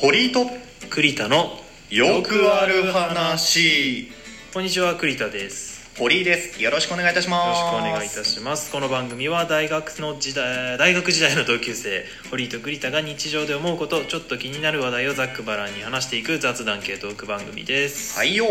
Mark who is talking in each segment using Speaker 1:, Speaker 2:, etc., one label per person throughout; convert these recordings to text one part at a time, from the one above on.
Speaker 1: 堀井と
Speaker 2: 栗田の
Speaker 1: よくある話
Speaker 2: こんにちは栗田です
Speaker 1: 堀井ですよろしくお願いいたし
Speaker 2: よ
Speaker 1: ま
Speaker 2: ろし
Speaker 1: す
Speaker 2: くお願いいたしますこの番組は大学の時代大学時代の同級生堀井と栗田が日常で思うことちょっと気になる話題をざっくばらんに話していく雑談系トーク番組です、
Speaker 1: はいよ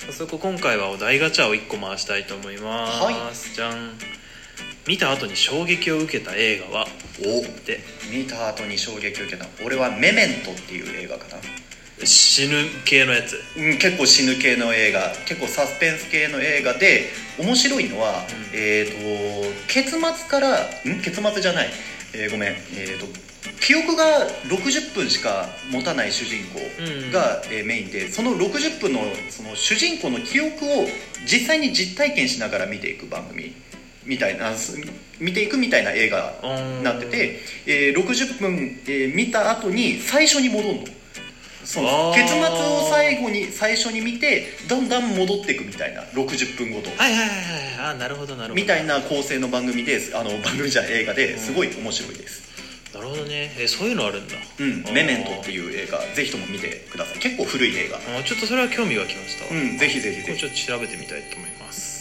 Speaker 2: 早速今回はお題ガチャを1個回したいと思います、
Speaker 1: はい
Speaker 2: じゃん見た後に衝撃を受けた映画は
Speaker 1: お
Speaker 2: で
Speaker 1: 見た後に衝撃を受けた俺は「メメント」っていう映画かな
Speaker 2: 死ぬ系のやつ
Speaker 1: うん、結構死ぬ系の映画結構サスペンス系の映画で面白いのは、
Speaker 2: うん
Speaker 1: えー、と結末からん結末じゃない、えーごめん、えー、と記憶が60分しか持たない主人公が、えーメインでその60分のその主人公の記憶を実際に実体験しながら見ていく番組みたいなす見ていくみたいな映画
Speaker 2: うん
Speaker 1: なってて、えー60分、えー見た後に最初に戻るのその
Speaker 2: あー
Speaker 1: 結末を最後に最初に見てだんだん戻っていくみたいな60分ごと
Speaker 2: はいはいはいはいあなるほどなるほど
Speaker 1: みたいな構成の番組ですあの番組じゃ映画で
Speaker 2: うん
Speaker 1: すごい面白いです
Speaker 2: なるほどねえそういうのあるんだ
Speaker 1: 「うん、メメント」っていう映画ぜひとも見てください結構古い映画
Speaker 2: あちょっとそれは興味がきました
Speaker 1: う
Speaker 2: こ
Speaker 1: んぜひぜひぜ
Speaker 2: れ
Speaker 1: ひ
Speaker 2: ちょっと調べてみたいと思います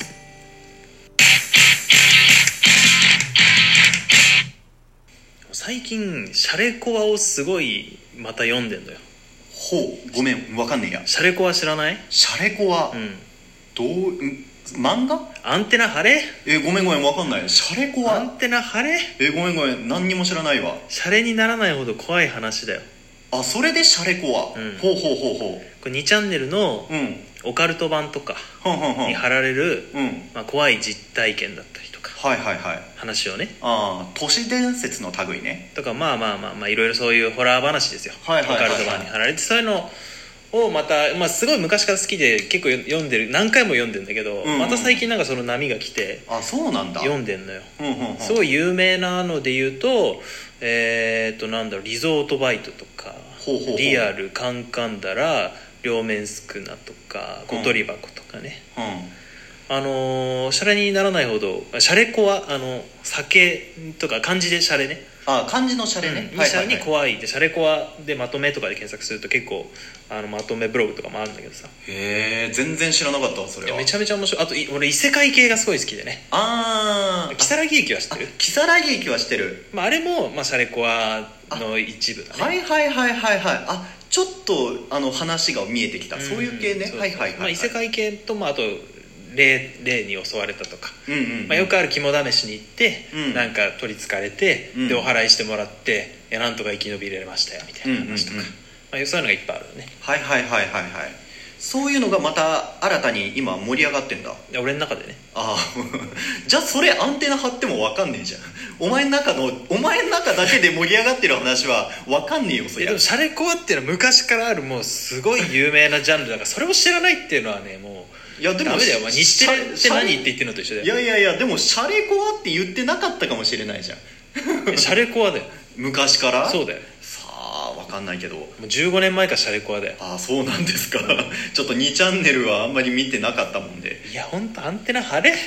Speaker 2: 最近シャレコアをすごいまた読んでんだよ
Speaker 1: ほうごめんわかんねえや
Speaker 2: シャレコア知らない
Speaker 1: シャレコは
Speaker 2: うん
Speaker 1: どうん漫画
Speaker 2: アンテナ張れ
Speaker 1: えーごめんごめんわかんないシャレコ
Speaker 2: ア
Speaker 1: は
Speaker 2: ンテナ張れ
Speaker 1: えーごめんごめん何にも知らないわ
Speaker 2: シャレにならないほど怖い話だよ
Speaker 1: あそれでシャレコは、
Speaker 2: うん
Speaker 1: ほうほうほうほ
Speaker 2: これ2チャンネルの
Speaker 1: ううん
Speaker 2: オカルト版とか
Speaker 1: はんはんはん
Speaker 2: に貼られる、
Speaker 1: うん
Speaker 2: まあ、怖い実体験だったりとか
Speaker 1: はいはいはい
Speaker 2: 話をね
Speaker 1: ああ都市伝説の類ね
Speaker 2: とかまあまあまあまあいろいろそういうホラー話ですよ
Speaker 1: はいはいはいはい
Speaker 2: オカルト版に貼られてそういうのをまた、まあ、すごい昔から好きで結構読んでる何回も読んでんだけど、
Speaker 1: うんうん
Speaker 2: また最近なんかその波が来て
Speaker 1: あそうなんだ
Speaker 2: 読んでんのよ
Speaker 1: うんうんうん
Speaker 2: すごい有名なので言うとえっ、となんだろうリゾートバイトとか
Speaker 1: ほうほうほう
Speaker 2: リアルカンカンダラ両面スクナとか
Speaker 1: うん
Speaker 2: 小鳥箱とかね、
Speaker 1: うん
Speaker 2: あのーシャレにならないほどあシャレコはあの酒とか漢字でシャレね
Speaker 1: あ漢字のシャレね、
Speaker 2: うん
Speaker 1: は
Speaker 2: に
Speaker 1: い
Speaker 2: シ
Speaker 1: は
Speaker 2: ャレ
Speaker 1: いは
Speaker 2: に
Speaker 1: い
Speaker 2: 怖いでシャレコアでまとめとかで検索すると結構あのまとめブログとかもあるんだけどさ
Speaker 1: へえ全然知らなかったわそ
Speaker 2: い
Speaker 1: れ
Speaker 2: や
Speaker 1: は
Speaker 2: めちゃめちゃ面白いあとい俺異世界系がすごい好きでね
Speaker 1: あーあ
Speaker 2: 如月駅は知ってる
Speaker 1: 如月駅はしてる
Speaker 2: まあ、あれも、まあ、シャレコアの一部だね
Speaker 1: はいはいはいはいはいあちょっとあの話が見えてきた、
Speaker 2: ん
Speaker 1: そういう系ね
Speaker 2: そうそう
Speaker 1: はいはいはい、
Speaker 2: まあ、異世界系と、まあ、あと霊霊に襲われたとか、
Speaker 1: うんうん、うん
Speaker 2: まあ、よくある肝試しに行って、
Speaker 1: うん
Speaker 2: なんか取りつかれて、
Speaker 1: うん
Speaker 2: でお祓いしてもらっていやなんとか生き延びれましたよみたいな話と
Speaker 1: う
Speaker 2: か、
Speaker 1: んうんうん
Speaker 2: まあ、そういうのがいっぱいあるよね
Speaker 1: はいはいはいはいはいそういうのがまた新たに今盛り上がってんだ
Speaker 2: で俺の中でね
Speaker 1: ああ じゃあそれアンテナ張ってもわかんねえじゃんお前の中のお前の中だけで盛り上がってる話はわかんねえよそ
Speaker 2: い
Speaker 1: りゃ
Speaker 2: やでもシャレコアっていうのは昔からあるもうすごい有名なジャンルだからそれを知らないっていうのはねもう
Speaker 1: いやでも
Speaker 2: ダメだよ、まあ、日テレって
Speaker 1: シャレ
Speaker 2: 何って言ってるのと一緒だ
Speaker 1: い
Speaker 2: よ
Speaker 1: やいやいやでもシャレコアって言ってなかったかもしれないじゃん
Speaker 2: いやシャレコアだよ
Speaker 1: 昔から
Speaker 2: そうだよ
Speaker 1: さあわかんないけど
Speaker 2: もう15年前からシャレコアだよ
Speaker 1: ああそうなんですか ちょっと2チャンネルはあんまり見てなかったもんで
Speaker 2: いや本当アンテナ張れ本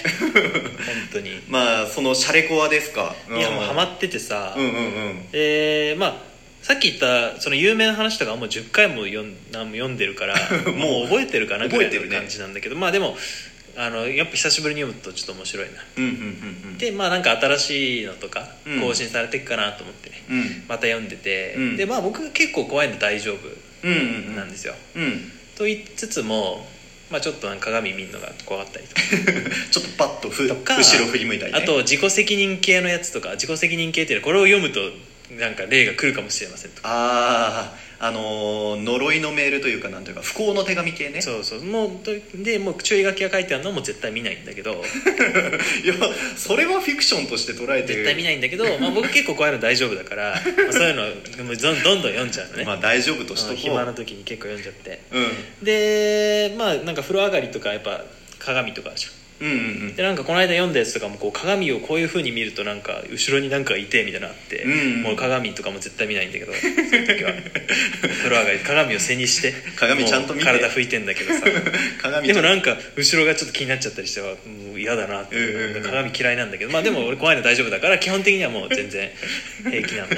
Speaker 2: 当にい
Speaker 1: まあそのシャレコアですか
Speaker 2: やもうハ
Speaker 1: っ
Speaker 2: マっててさ、
Speaker 1: うんうんうん
Speaker 2: でまあさっき言ったその有名な話とかはもう10回も読ん何も読んでるから
Speaker 1: もう
Speaker 2: もう覚えてるかなぐ
Speaker 1: 覚
Speaker 2: ら
Speaker 1: えて
Speaker 2: い
Speaker 1: る
Speaker 2: の
Speaker 1: ね
Speaker 2: 感じなんだけど、まあでもあのやっぱ久しぶりに読むとちょっと面白いな
Speaker 1: うんうんうん
Speaker 2: でまあなんか新しいのとか
Speaker 1: うん
Speaker 2: 更新されていくかなと思ってね、
Speaker 1: うん
Speaker 2: また読んでて、
Speaker 1: うん
Speaker 2: でまあ僕結構怖いの大丈夫
Speaker 1: うんうんうん
Speaker 2: なんですよ、
Speaker 1: うん
Speaker 2: と言いつつも、まあ、ちょっとなんか鏡見るのが怖かったりとか
Speaker 1: ちょっとパッとふ
Speaker 2: とか
Speaker 1: 後ろ振り向いたりね
Speaker 2: あと自己責任系のやつとか自己責任系っていうのはこれを読むとなんか霊が来るかもしれませんとか
Speaker 1: あああのー呪いのメールというかなんというか不幸の手紙系ね
Speaker 2: そうそうもうとでもう注意書きが書いてあるのはもう絶対見ないんだけど
Speaker 1: いやそれはフィクションとして捉えて
Speaker 2: 絶
Speaker 1: る
Speaker 2: 対見ないんだけど、まあ、僕結構怖いの大丈夫だから、まあそういうのもうどんどんどん読んじゃうのね、
Speaker 1: まあ大丈夫とし
Speaker 2: うん
Speaker 1: とこう
Speaker 2: 暇な時に結構読んじゃって
Speaker 1: うん
Speaker 2: でまあなんか風呂上がりとかやっぱ鏡とかでしょ
Speaker 1: うんうんうん
Speaker 2: でなんかこの間読んだやつとかもこう鏡をこういう風に見るとなんか後ろになんかいてみたいなのあって、
Speaker 1: うんうん
Speaker 2: もう鏡とかも絶対見ないんだけどそういう時は風呂上がり鏡を背にして
Speaker 1: 鏡ちゃんと見て
Speaker 2: もう体拭いてんだけどさ
Speaker 1: 鏡
Speaker 2: で
Speaker 1: ちゃ
Speaker 2: も
Speaker 1: ん
Speaker 2: なんか後ろがちょっと気になっちゃったりしてはもう嫌だなって
Speaker 1: うんうんうん
Speaker 2: 鏡嫌いなんだけどまあでも俺怖いの大丈夫だから基本的にはもう全然平気なのね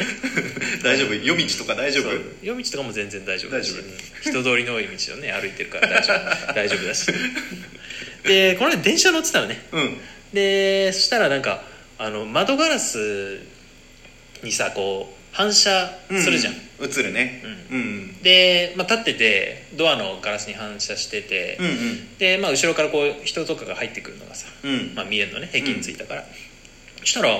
Speaker 1: 大丈夫夜道とか大丈夫
Speaker 2: そう夜道とかも全然大丈夫だし
Speaker 1: 大丈夫
Speaker 2: うん人通りの多い道 をね歩いてるから大丈夫大丈夫だしでこの間電車乗ってたのね
Speaker 1: うん
Speaker 2: でそしたらなんかあの窓ガラスにさこう反射するじゃん、
Speaker 1: う映るねうんうん
Speaker 2: で、まあ、立っててドアのガラスに反射してて、
Speaker 1: うん
Speaker 2: で、まあ、後ろからこう人とかが入ってくるのがさ、
Speaker 1: うんうん
Speaker 2: まあ、見えるのね平均ついたから、そしたら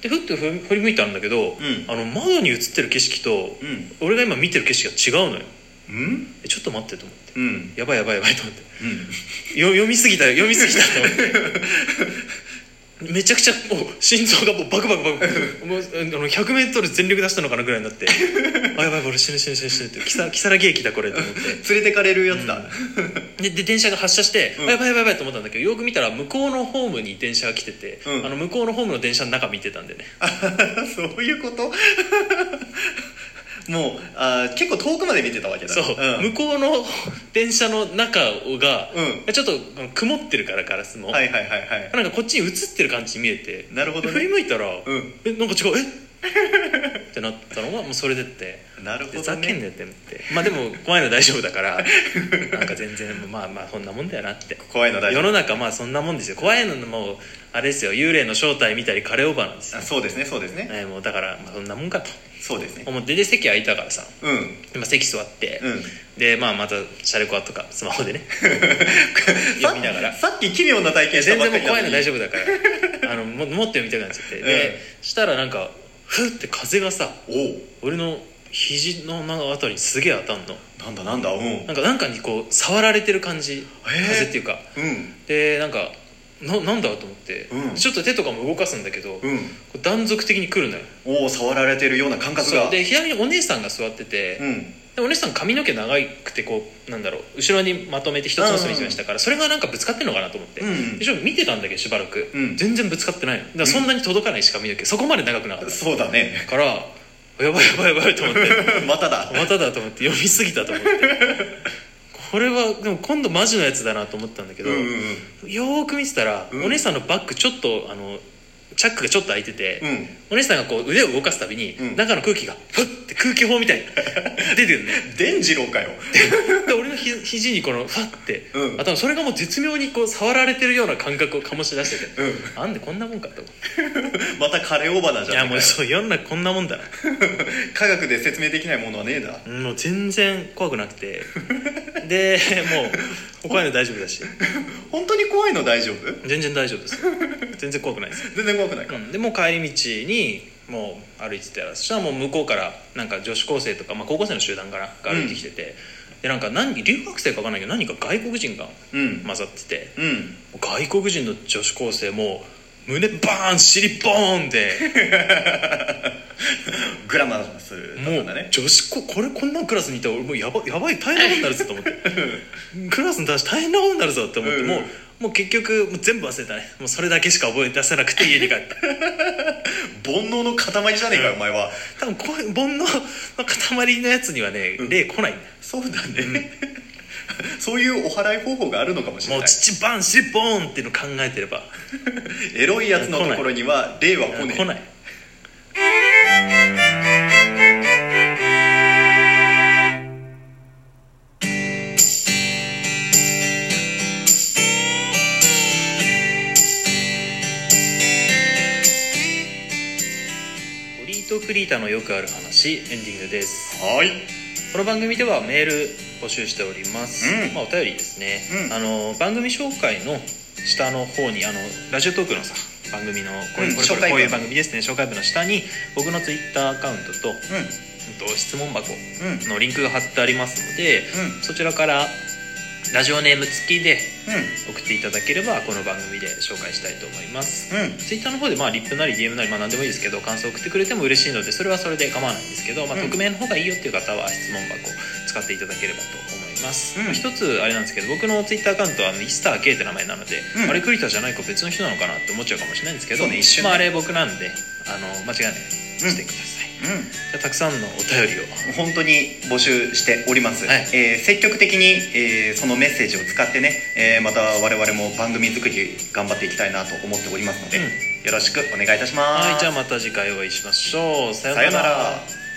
Speaker 2: でふっとふ振り向いたんだけど、
Speaker 1: ん
Speaker 2: あの窓に映ってる景色と、
Speaker 1: うん
Speaker 2: 俺が今見てる景色が違うのよ
Speaker 1: うん
Speaker 2: えちょっと待ってと思って
Speaker 1: うん
Speaker 2: やばいやばいやばいと思って
Speaker 1: うん
Speaker 2: よ読みすぎた読みすぎたと思ってめちゃくちゃもう心臓がもうバクバクバクバクもうあの 100m 全力出したのかなぐらいになってあやばい俺死ぬ死ぬ死ぬ死ぬってキサキサラゲ駅だこれと思って
Speaker 1: 連れてかれるやつだ
Speaker 2: でで電車が発車して、
Speaker 1: うん
Speaker 2: あやばいやばいやばいと思ったんだけどよく見たら向こうのホームに電車が来てて、
Speaker 1: うん
Speaker 2: あの向こうのホームの電車の中見てたんでね
Speaker 1: そういうこと もうあー結構遠くまで見てたわけだ
Speaker 2: そう、
Speaker 1: ん
Speaker 2: 向こうの電車の中が、
Speaker 1: う
Speaker 2: ちょっとあの曇ってるからガラスも、
Speaker 1: はいはいはいはい
Speaker 2: なんかこっちに映ってる感じに見えて
Speaker 1: なるほどね
Speaker 2: で振り向いたら、
Speaker 1: うん
Speaker 2: えなんか違うえってなったのがもうそれでって
Speaker 1: なるほ
Speaker 2: で
Speaker 1: ど
Speaker 2: ざけん
Speaker 1: ね
Speaker 2: なよって思ってまあでも怖いの大丈夫だから なんか全然まあまあこんなもんだよなって
Speaker 1: 怖いの大丈
Speaker 2: 世
Speaker 1: 夫
Speaker 2: の中まあそんなもんですよ怖いのもあれですよ幽霊の正体見たり枯れオーバーなんですよ
Speaker 1: あ、そうですねそうですね
Speaker 2: えーもうだからまあそんなもんかと
Speaker 1: そうですね
Speaker 2: 思ってで席空いたからさ
Speaker 1: うんうん
Speaker 2: 今席座って、でまあまたシャレコアとかスマホで ね読みながら
Speaker 1: ささっき奇妙な体験した
Speaker 2: 全
Speaker 1: ばっ
Speaker 2: 然
Speaker 1: か
Speaker 2: もう
Speaker 1: り
Speaker 2: 怖いの大
Speaker 1: 丈
Speaker 2: 丈夫だからあのももっと読みたくなっちゃって で、
Speaker 1: うん
Speaker 2: したらなんかふって風がさ
Speaker 1: 夫お
Speaker 2: 俺の肘のあたりにすげえ当たんの
Speaker 1: おなんだなんだうん
Speaker 2: なんかなんかにこう触られてる感じ
Speaker 1: へえ
Speaker 2: 風っていうか
Speaker 1: うん
Speaker 2: でなんかななんだと思って、
Speaker 1: うん
Speaker 2: ちょっと手とかも動かすんだけど、こ
Speaker 1: うん
Speaker 2: う断続的に来るのよ
Speaker 1: おお触られてるような感覚
Speaker 2: そ
Speaker 1: が
Speaker 2: うで左にお姉さんが座ってて、
Speaker 1: うん
Speaker 2: でお姉さん髪の毛長くてこうなんだろう後ろにまとめて一つ結びにしましたから、それがなんかぶつかってんのかなと思って、
Speaker 1: うんうん
Speaker 2: でちょっと見てたんだけどしばらく、
Speaker 1: うん
Speaker 2: 全然ぶつかってないのだからそんなに届かないし髪の毛そこまで長くなかった、
Speaker 1: そうだね
Speaker 2: からやばいやばいやばいと思って
Speaker 1: まただ
Speaker 2: まただと思って読みすぎたと思ってこれはでも今度マジのやつだなと思ったんだけ
Speaker 1: う
Speaker 2: ど、
Speaker 1: んうんうん
Speaker 2: よーく見てたら、
Speaker 1: うん
Speaker 2: お姉さんのバッグちょっとあのチャックがちょっと開いてて、
Speaker 1: うん
Speaker 2: お姉さんがこう腕を動かすたびに、
Speaker 1: うん
Speaker 2: 中の空気がふって空気砲みたいに 出てるね
Speaker 1: 伝次郎かよ
Speaker 2: で俺のひ肘にこのファッて、
Speaker 1: うん
Speaker 2: 頭それがもう絶妙にこう触られてるような感覚を醸し出してて、
Speaker 1: うん
Speaker 2: なんでこんなもんかと思って
Speaker 1: またカレオバナじ
Speaker 2: い
Speaker 1: ゃ
Speaker 2: や
Speaker 1: ん
Speaker 2: もうそう世の中こんなもんだな
Speaker 1: 科学で説明できないものはねえだ
Speaker 2: うんもう全然怖くなく てでもう怖いの大丈夫だし
Speaker 1: 本当に怖いの大丈夫
Speaker 2: 全然大丈夫ですよ全然怖くないです、
Speaker 1: 全然怖くないか
Speaker 2: うん、でもう帰り道にもう歩いてたらそしたらもう向こうからなんか女子高生とか、まあ、高校生の集団からが歩いてきてて、でなんか何留学生か分かんないけど何か外国人が
Speaker 1: うん
Speaker 2: 混ざってて、
Speaker 1: うん
Speaker 2: 外国人の女子高生もう胸バーン尻ボーンで
Speaker 1: グラマラスだ
Speaker 2: も
Speaker 1: っ
Speaker 2: う
Speaker 1: たんだね
Speaker 2: 女子高これこんなクラスにいたら俺もうやばやばい大変なことになるぞと思ってクラスに対して大変なことになるぞって思って、
Speaker 1: うんうん
Speaker 2: もうもう結局もう全部忘れたねもうそれだけしか覚え出せなく て家に帰った
Speaker 1: 煩悩の塊じゃねえかよお前は
Speaker 2: 多分こういう煩悩の塊のやつにはね
Speaker 1: うん
Speaker 2: 霊来ないんだよ
Speaker 1: そうだね そういうお祓い方法があるのかもしれ
Speaker 2: もう
Speaker 1: ない
Speaker 2: 父バーン尻ボーンっていうの考えてれば
Speaker 1: エロいやつのところには霊は来
Speaker 2: 来
Speaker 1: ね
Speaker 2: な
Speaker 1: え
Speaker 2: いホリートクリーターのよくある話エンディングです
Speaker 1: はい
Speaker 2: この番組ではメール募集しております、
Speaker 1: うん
Speaker 2: まあ、お便りですね、
Speaker 1: うん
Speaker 2: あの番組紹介の下の方にあのラジオトークのさ番組のこれ
Speaker 1: うん
Speaker 2: これこ
Speaker 1: 紹
Speaker 2: れ
Speaker 1: 介文
Speaker 2: こういう番組ですね紹介文の下に僕のツイッターアカウントとうん
Speaker 1: う
Speaker 2: と質問箱
Speaker 1: んうん
Speaker 2: のリンクが貼ってありますので、
Speaker 1: う
Speaker 2: そちらからラジオネーム付きで
Speaker 1: う
Speaker 2: 送っていただければこの番組で紹介したいと思います
Speaker 1: んうん
Speaker 2: ツイッターの方でまあリップなり DM なりまあ何でもいいですけど感想を送ってくれても嬉しいのでそれはそれで構わないんですけど、まあ、
Speaker 1: うん
Speaker 2: 匿名の方がいいよっていう方は質問箱を使っていただければと思います、
Speaker 1: うん
Speaker 2: まあ一つあれなんですけど僕のツイッターアカウントはあのイスター K って名前なので、
Speaker 1: うん
Speaker 2: あれクリタじゃないか別の人なのかなって思っちゃうかもしれないんですけど、
Speaker 1: そうね一瞬ね
Speaker 2: まあ、あれ僕なんであの間違いないしてください、じゃあたくさんのお便りを
Speaker 1: 本当に募集しております、
Speaker 2: はい
Speaker 1: えー積極的に、えーそのメッセージを使ってね、えーまた我々も番組作り頑張っていきたいなと思っておりますので、
Speaker 2: うん
Speaker 1: よろしくお願いいたします、
Speaker 2: はいじゃあまた次回お会いしましょうさよう
Speaker 1: さよ
Speaker 2: な
Speaker 1: な
Speaker 2: ら
Speaker 1: ら